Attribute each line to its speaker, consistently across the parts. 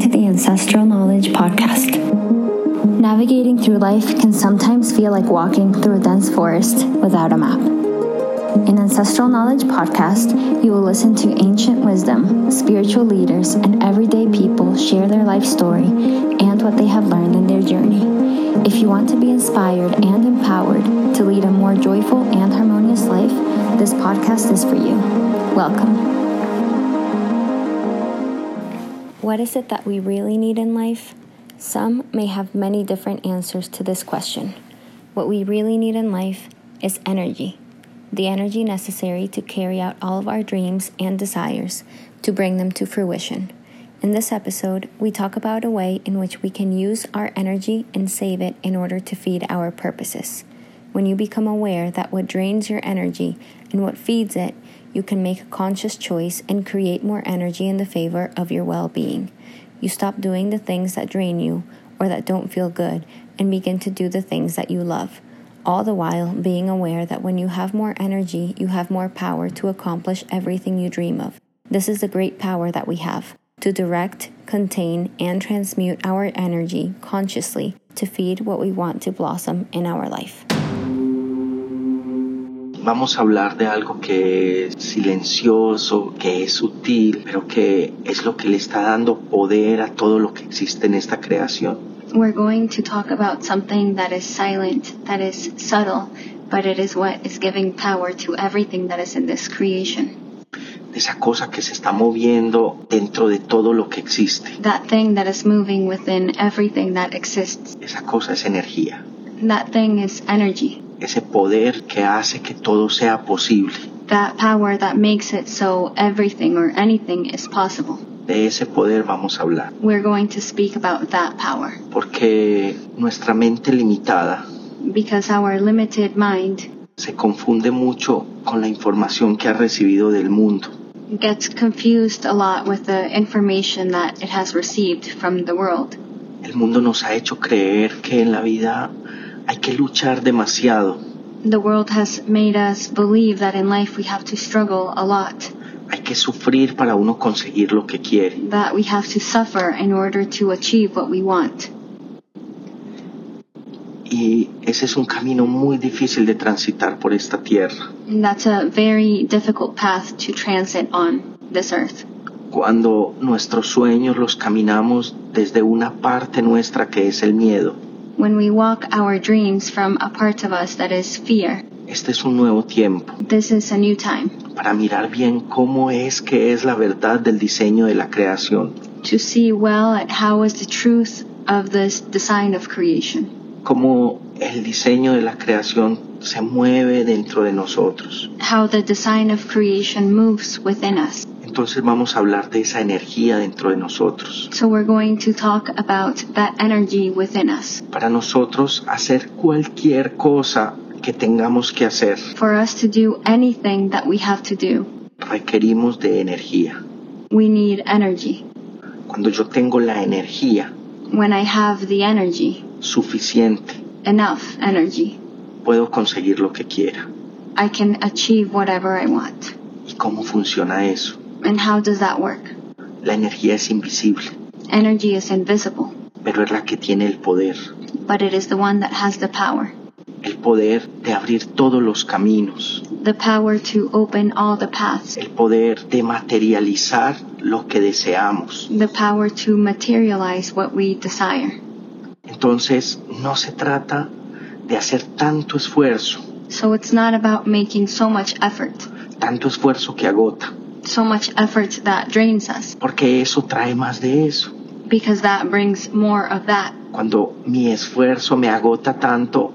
Speaker 1: Ancestral Knowledge podcast. Navigating through life can sometimes feel like walking through a dense forest without a map. In Ancestral Knowledge podcast, you will listen to ancient wisdom, spiritual leaders, and everyday people share their life story and what they have learned in their journey. If you want to be inspired and empowered to lead a more joyful and harmonious life, this podcast is for you. Welcome. What is it that we really need in life? Some may have many different answers to this question. What we really need in life is energy the energy necessary to carry out all of our dreams and desires, to bring them to fruition. In this episode, we talk about a way in which we can use our energy and save it in order to feed our purposes. When you become aware that what drains your energy and what feeds it, you can make a conscious choice and create more energy in the favor of your well being. You stop doing the things that drain you or that don't feel good and begin to do the things that you love. All the while being aware that when you have more energy, you have more power to accomplish everything you dream of. This is the great power that we have to direct, contain, and transmute our energy consciously to feed what we want to blossom in our life.
Speaker 2: vamos a hablar de algo que es silencioso, que es sutil, pero que es lo que le está dando poder a todo lo que existe en esta creación.
Speaker 3: We're going to talk about something that is silent, that is subtle, but it is what is giving power to everything that is in this creation.
Speaker 2: De esa cosa que se está moviendo dentro de todo lo que existe.
Speaker 3: That thing that is moving within everything that exists.
Speaker 2: Esa cosa es energía.
Speaker 3: That thing is energy.
Speaker 2: Ese poder que hace que todo sea posible.
Speaker 3: That power that makes it so everything or anything is possible.
Speaker 2: De ese poder vamos a hablar.
Speaker 3: We're going to speak about that power
Speaker 2: Porque nuestra mente limitada
Speaker 3: because our limited mind
Speaker 2: se confunde mucho con la información que ha recibido del mundo.
Speaker 3: gets confused a lot with the information that it has received from the world.
Speaker 2: El mundo nos ha hecho creer que en la vida hay que luchar demasiado,
Speaker 3: The world has made us believe that in life we have to struggle a lot,
Speaker 2: hay que sufrir para uno conseguir lo que quiere.
Speaker 3: that we have to suffer in order to achieve what we want.
Speaker 2: Y ese es un camino muy difícil de transitar por esta tierra.
Speaker 3: And that's a very difficult path to transit on this earth.
Speaker 2: Cuando nuestros sueños los caminamos desde una parte nuestra que es el miedo.
Speaker 3: When we walk our dreams from a part of us that is fear,
Speaker 2: Este es un nuevo tiempo
Speaker 3: this is a new time
Speaker 2: para mirar bien cómo es que es la verdad del diseño de la creación,
Speaker 3: to see well at how is the truth of this design of creation,
Speaker 2: cómo el diseño de la creación se mueve dentro de nosotros.
Speaker 3: how the design of creation moves within us.
Speaker 2: Entonces vamos a hablar de esa energía dentro de nosotros.
Speaker 3: So we're going to talk about that energy within us.
Speaker 2: para nosotros hacer cualquier cosa que tengamos que hacer
Speaker 3: For us to do anything that we have to do,
Speaker 2: requerimos de energía.
Speaker 3: we need energy.
Speaker 2: Cuando yo tengo la energía
Speaker 3: When I have the energy,
Speaker 2: suficiente,
Speaker 3: enough energy,
Speaker 2: puedo conseguir lo que quiera.
Speaker 3: I can achieve whatever I want.
Speaker 2: ¿Y cómo funciona eso?
Speaker 3: And how does that work?
Speaker 2: La energía es invisible,
Speaker 3: Energy is invisible,
Speaker 2: pero es la que tiene el poder.
Speaker 3: but it is the one that has the power
Speaker 2: El poder de abrir todos los caminos,
Speaker 3: the power to open all the paths,
Speaker 2: el poder de materializar lo que deseamos.
Speaker 3: the power to materialize what we desire.
Speaker 2: Entonces, no se trata de hacer tanto esfuerzo,
Speaker 3: So it's not about making so much effort,
Speaker 2: tanto esfuerzo que agota,
Speaker 3: so much effort that drains us,
Speaker 2: porque eso trae más de eso.
Speaker 3: because that brings more of that.
Speaker 2: Cuando mi esfuerzo me agota tanto,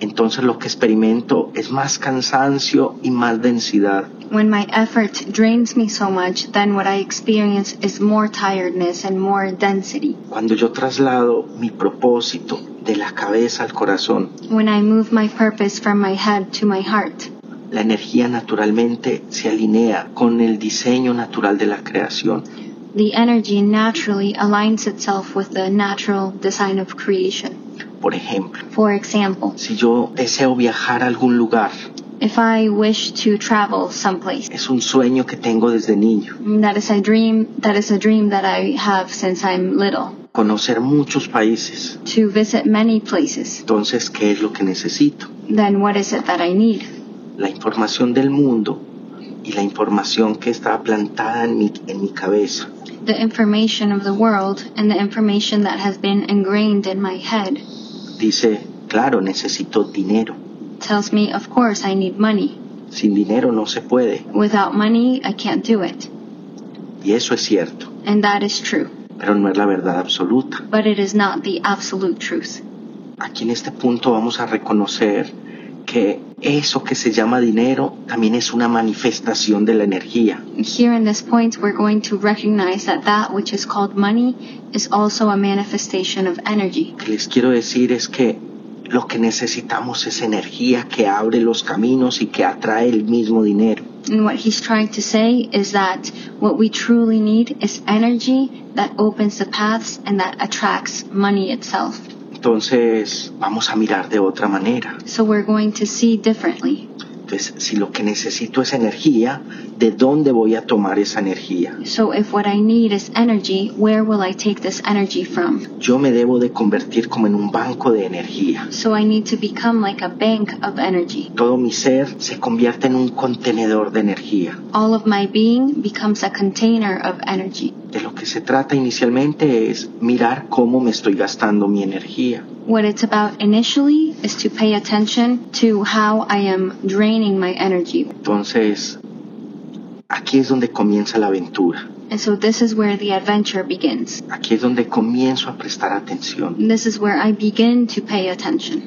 Speaker 2: entonces lo que experimento es más cansancio y más densidad.
Speaker 3: When my effort drains me so much, then what I experience is more tiredness and more density.
Speaker 2: Cuando yo traslado mi propósito de la cabeza al corazón,
Speaker 3: When I move my purpose from my head to my heart,
Speaker 2: la energía naturalmente se alinea con el diseño natural de la creación.
Speaker 3: the energy naturally aligns itself with the natural design of creation.
Speaker 2: Por ejemplo,
Speaker 3: For example,
Speaker 2: si yo deseo viajar a algún lugar,
Speaker 3: If I wish to travel someplace,
Speaker 2: Es un sueño que tengo desde niño,
Speaker 3: that is a dream, that is a dream that I have since I'm little,
Speaker 2: conocer muchos países.
Speaker 3: to visit many places.
Speaker 2: Entonces, ¿qué es lo que necesito?
Speaker 3: Then what is it that I need?
Speaker 2: La información del mundo y la información que está plantada en mi, en mi cabeza.
Speaker 3: The information of the world and the information that has been ingrained in my head
Speaker 2: Dice, claro, necesito dinero.
Speaker 3: tells me, of course, I need money.
Speaker 2: Sin dinero no se puede.
Speaker 3: Without money, I can't do it.
Speaker 2: Y eso es cierto,
Speaker 3: And that is true.
Speaker 2: pero no es la verdad absoluta.
Speaker 3: But it is not the absolute truth.
Speaker 2: Aquí en este punto vamos a reconocer que eso que se llama dinero también es una manifestación de la energía.
Speaker 3: Here in this point, we're going to recognize that that which is called money is also a manifestation of energy.
Speaker 2: Lo que les quiero decir es que lo que necesitamos es energía que abre los caminos y que atrae el mismo dinero.
Speaker 3: And what he's trying to say is that what we truly need is energy that opens the paths and that attracts money itself.
Speaker 2: Entonces vamos a mirar de otra manera.
Speaker 3: So we're going to see differently.
Speaker 2: Entonces, si lo que necesito es energía, ¿de dónde voy a tomar esa energía?
Speaker 3: So if what I need is energy, where will I take this energy from?
Speaker 2: Yo me debo de convertir como en un banco de energía.
Speaker 3: So I need to become like a bank of energy.
Speaker 2: Todo mi ser se convierte en un contenedor de energía.
Speaker 3: All of my being becomes a container of energy.
Speaker 2: De lo que se trata inicialmente es mirar cómo me estoy gastando mi energía.
Speaker 3: What it's about initially is to pay attention to how I am draining my energy.
Speaker 2: Entonces, aquí es donde comienza la aventura.
Speaker 3: And so this is where the adventure begins.
Speaker 2: Aquí es donde comienzo a prestar atención
Speaker 3: And this is where I begin to pay attention.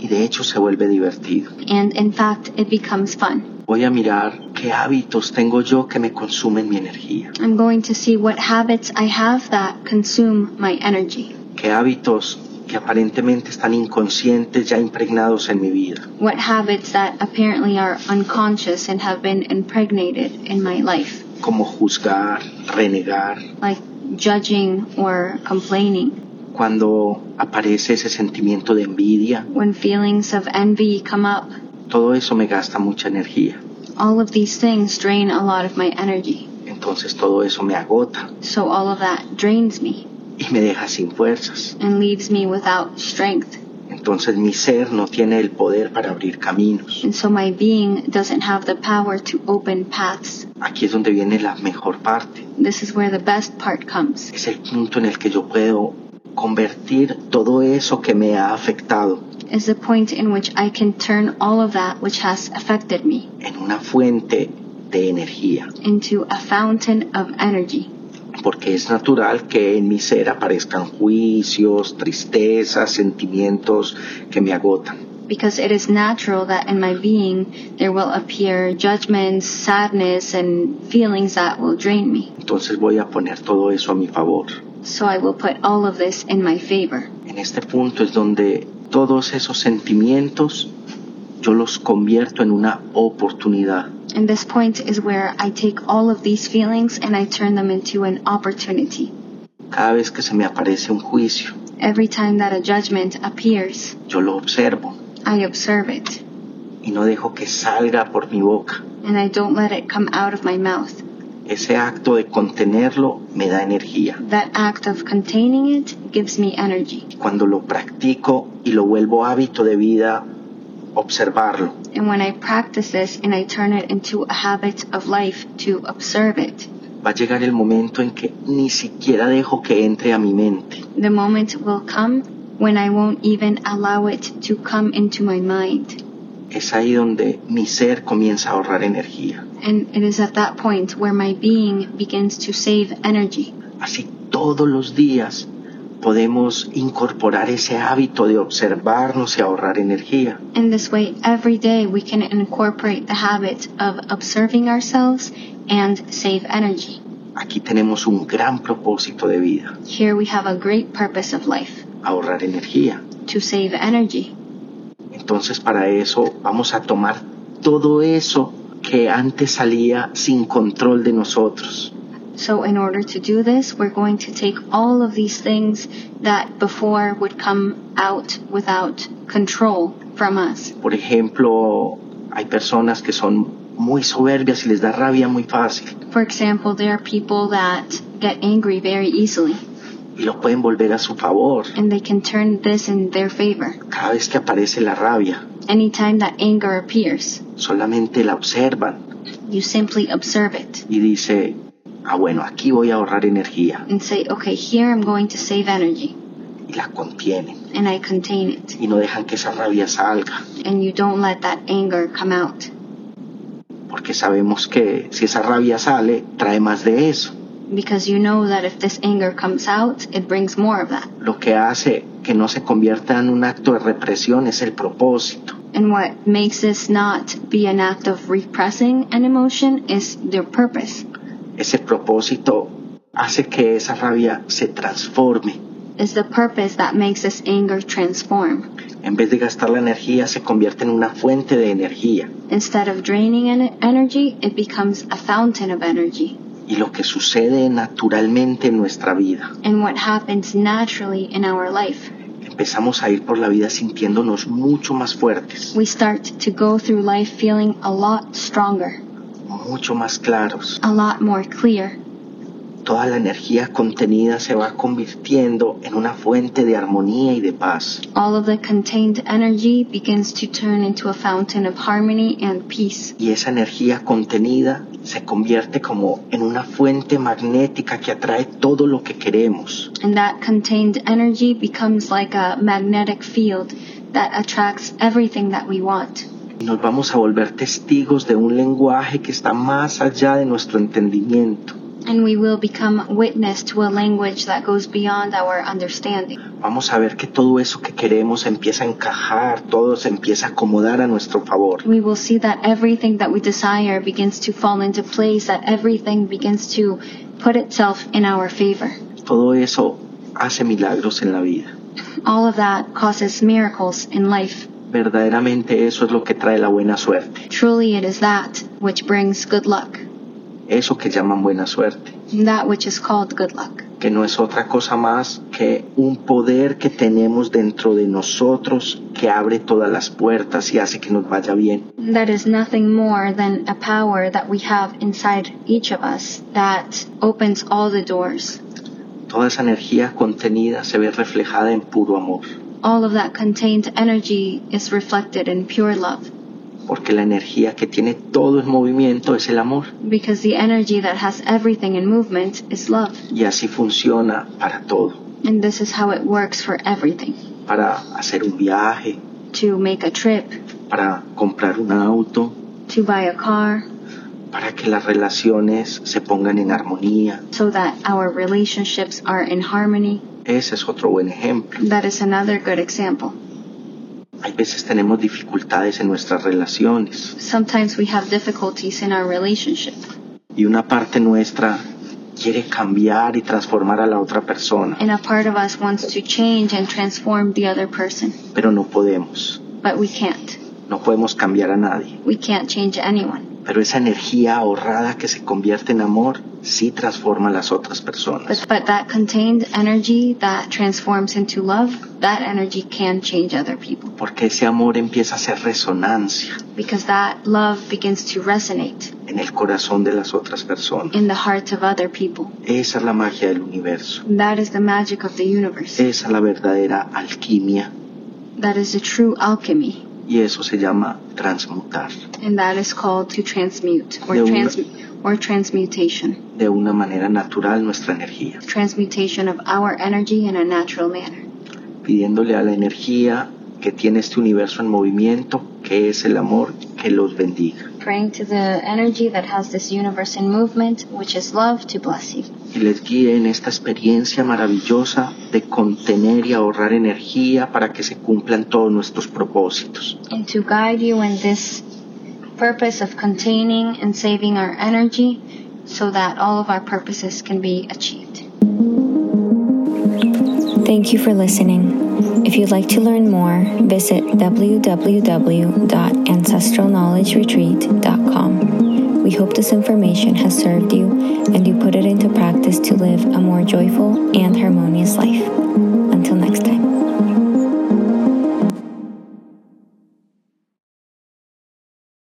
Speaker 2: y de hecho se vuelve divertido.
Speaker 3: And in fact, it becomes fun.
Speaker 2: Voy a mirar qué hábitos tengo yo que me consumen mi energía,
Speaker 3: I'm going to see what habits I have that consume my energy.
Speaker 2: qué hábitos que aparentemente están inconscientes ya impregnados en mi vida.
Speaker 3: What habits that apparently are unconscious and have been impregnated in my life,
Speaker 2: como juzgar, renegar,
Speaker 3: like judging or complaining.
Speaker 2: cuando aparece ese sentimiento de envidia,
Speaker 3: When feelings of envy come up,
Speaker 2: todo eso me gasta mucha energía.
Speaker 3: all of these things drain a lot of my energy.
Speaker 2: Entonces todo eso me agota
Speaker 3: So all of that drains me
Speaker 2: y me deja sin fuerzas.
Speaker 3: and leaves me without strength.
Speaker 2: Entonces mi ser no tiene el poder para abrir caminos.
Speaker 3: And so my being doesn't have the power to open paths.
Speaker 2: Aquí es donde viene la mejor parte.
Speaker 3: This is where the best part comes.
Speaker 2: Es el punto en el que yo puedo convertir todo eso que me ha afectado
Speaker 3: Is the point in which I can turn all of that which has affected me
Speaker 2: en una fuente de energía.
Speaker 3: into a fountain of energy.
Speaker 2: Porque es natural que en mi ser aparezcan juicios, tristezas, sentimientos que me agotan.
Speaker 3: Because it is natural that in my being there will appear judgments, sadness, and feelings that will drain me.
Speaker 2: Entonces voy a poner todo eso a mi favor.
Speaker 3: So I will put all of this in my favor.
Speaker 2: En este punto es donde todos esos sentimientos yo los convierto en una oportunidad.
Speaker 3: And this point is where I take all of these feelings and I turn them into an opportunity.
Speaker 2: Cada vez que se me aparece un juicio,
Speaker 3: Every time that a judgment appears,
Speaker 2: yo lo observo
Speaker 3: I observe it,
Speaker 2: y no dejo que salga por mi boca.
Speaker 3: and I don't let it come out of my mouth.
Speaker 2: Ese acto de contenerlo me da energía.
Speaker 3: That act of containing it gives me energy.
Speaker 2: Cuando lo practico y lo vuelvo hábito de vida, observarlo,
Speaker 3: And when I practice this and I turn it into a habit of life to observe it,
Speaker 2: va a llegar el momento en que ni siquiera dejo que entre a mi mente.
Speaker 3: the moment will come when I won't even allow it to come into my mind.
Speaker 2: Es ahí donde mi ser comienza a ahorrar energía.
Speaker 3: And it is at that point where my being begins to save energy.
Speaker 2: Así todos los días podemos incorporar ese hábito de observarnos y ahorrar energía.
Speaker 3: In this way, every day we can incorporate the habit of observing ourselves and save energy.
Speaker 2: Aquí tenemos un gran propósito de vida,
Speaker 3: Here we have a great purpose of life
Speaker 2: ahorrar energía.
Speaker 3: to save energy.
Speaker 2: Entonces para eso vamos a tomar todo eso que antes salía sin control de nosotros.
Speaker 3: So, in order to do this, we're going to take all of these things that before would come out without control from us.
Speaker 2: Por ejemplo, Hay personas que son muy soberbias y les da rabia muy fácil
Speaker 3: For example, there are people that get angry very easily,
Speaker 2: y lo pueden volver a su favor
Speaker 3: and they can turn this in their favor.
Speaker 2: cada vez que aparece la rabia.
Speaker 3: Anytime that anger appears,
Speaker 2: Solamente la observan
Speaker 3: you simply observe it
Speaker 2: y dice, ah bueno, aquí voy a ahorrar energía
Speaker 3: and say, okay, here I'm going to save energy,
Speaker 2: y la contienen
Speaker 3: and I contain it.
Speaker 2: y no dejan que esa rabia salga.
Speaker 3: And you don't let that anger come out
Speaker 2: porque sabemos que si esa rabia sale, trae más de eso,
Speaker 3: because you know that if this anger comes out, it brings more of that.
Speaker 2: lo que hace que no se convierta en un acto de represión es el propósito.
Speaker 3: And what makes this not be an act of repressing an emotion is their purpose,
Speaker 2: Ese propósito hace que esa rabia se transforme.
Speaker 3: is the purpose that makes this anger transform.
Speaker 2: En vez de gastar la energía, se convierte en una fuente de energía.
Speaker 3: Instead of draining en- energy, it becomes a fountain of energy.
Speaker 2: Y lo que sucede naturalmente en nuestra vida,
Speaker 3: And what happens naturally in our life,
Speaker 2: empezamos a ir por la vida sintiéndonos mucho más fuertes,
Speaker 3: we start to go through life feeling a lot stronger,
Speaker 2: mucho más claros.
Speaker 3: a lot more clear.
Speaker 2: Toda la energía contenida se va convirtiendo en una fuente de armonía y de paz.
Speaker 3: All of the contained energy begins to turn into a fountain of harmony and peace.
Speaker 2: y esa energía contenida se convierte como en una fuente magnética que atrae todo lo que queremos.
Speaker 3: And that contained energy becomes like a magnetic field that attracts everything that we want.
Speaker 2: Y nos vamos a volver testigos de un lenguaje que está más allá de nuestro entendimiento.
Speaker 3: And we will become witness to a language that goes beyond our understanding.
Speaker 2: Vamos a ver que todo eso que queremos empieza a encajar, todo se empieza a acomodar a nuestro favor.
Speaker 3: we will see that everything that we desire begins to fall into place, that everything begins to put itself in our favor.
Speaker 2: Todo eso hace milagros en la vida.
Speaker 3: All of that causes miracles in life.
Speaker 2: Verdaderamente eso es lo que trae la buena suerte,
Speaker 3: Truly, it is that which brings good luck,
Speaker 2: eso que llaman buena suerte,
Speaker 3: that which is called good luck,
Speaker 2: que no es otra cosa más que un poder que tenemos dentro de nosotros que abre todas las puertas y hace que nos vaya bien.
Speaker 3: that is nothing more than a power that we have inside each of us that opens all the doors.
Speaker 2: Toda esa energía contenida se ve reflejada en puro amor,
Speaker 3: All of that contained energy is reflected in pure love,
Speaker 2: porque la energía que tiene todo el movimiento es el amor
Speaker 3: because the energy that has everything in movement is love.
Speaker 2: y así funciona para todo,
Speaker 3: And this is how it works for everything
Speaker 2: para hacer un viaje,
Speaker 3: to make a trip,
Speaker 2: para comprar un auto,
Speaker 3: to buy a car,
Speaker 2: para que las relaciones se pongan en armonía.
Speaker 3: so that our relationships are in harmony.
Speaker 2: Ese es otro buen ejemplo.
Speaker 3: That is another good example.
Speaker 2: Hay veces tenemos dificultades en nuestras relaciones.
Speaker 3: Sometimes we have difficulties in our relationship,
Speaker 2: y una parte nuestra quiere cambiar y transformar a la otra persona,
Speaker 3: and a part of us wants to change and transform the other person,
Speaker 2: pero no podemos,
Speaker 3: but we can't.
Speaker 2: no podemos cambiar a nadie.
Speaker 3: We can't change anyone.
Speaker 2: Pero esa energía ahorrada que se convierte en amor sí transforma a las otras
Speaker 3: But,
Speaker 2: personas.
Speaker 3: but that contained energy that transforms into love, that energy can change other people
Speaker 2: Porque ese amor empieza a hacer resonancia
Speaker 3: because that love begins to resonate
Speaker 2: en el corazón de las otras personas.
Speaker 3: in the hearts of other people.
Speaker 2: Esa es la magia del universo.
Speaker 3: That is the magic of the universe.
Speaker 2: Esa es la verdadera alquimia.
Speaker 3: That is the true alchemy.
Speaker 2: Y eso se llama transmutar
Speaker 3: And that is called to transmute or,
Speaker 2: Yeah, we-
Speaker 3: trans- or transmutation.
Speaker 2: de una manera natural nuestra energía.
Speaker 3: Transmutation of our energy in a natural manner.
Speaker 2: pidiéndole a la energía que tiene este universo en movimiento, que es el amor, que los bendiga.
Speaker 3: Praying to the energy that has this universe in movement, which is love, to bless you.
Speaker 2: Y les guíe en esta experiencia maravillosa de contener y ahorrar energía para que se cumplan todos nuestros propósitos.
Speaker 3: And to guide you in this purpose of containing and saving our energy so that all of our purposes can be achieved.
Speaker 1: Thank you for listening. If you'd like to learn more, visit www.ancestralknowledgeretreat.com. We hope this information has served you and you put it into practice to live a more joyful and harmonious life. Until next time.